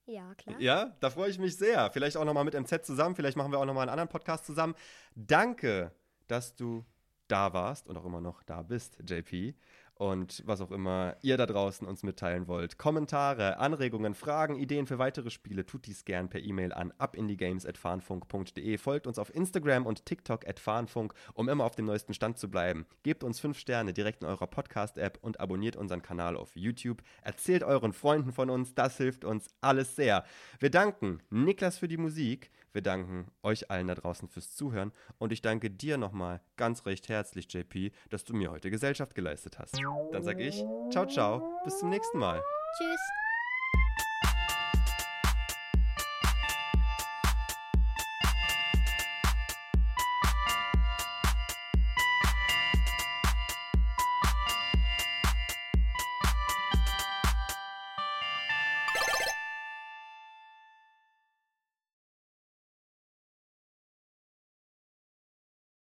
Ja, klar. Ja, da freue ich mich sehr. Vielleicht auch nochmal mit MZ zusammen, vielleicht machen wir auch nochmal einen anderen Podcast zusammen. Danke, dass du da warst und auch immer noch da bist, JP. Und was auch immer ihr da draußen uns mitteilen wollt. Kommentare, Anregungen, Fragen, Ideen für weitere Spiele, tut dies gern per E-Mail an abindiegames.fahnfunk.de. Folgt uns auf Instagram und TikTok at fahnfunk, um immer auf dem neuesten Stand zu bleiben. Gebt uns 5 Sterne direkt in eurer Podcast-App und abonniert unseren Kanal auf YouTube. Erzählt euren Freunden von uns, das hilft uns alles sehr. Wir danken Niklas für die Musik, wir danken euch allen da draußen fürs Zuhören und ich danke dir nochmal ganz recht herzlich, JP, dass du mir heute Gesellschaft geleistet hast. Dann sage ich, ciao, ciao, bis zum nächsten Mal. Tschüss.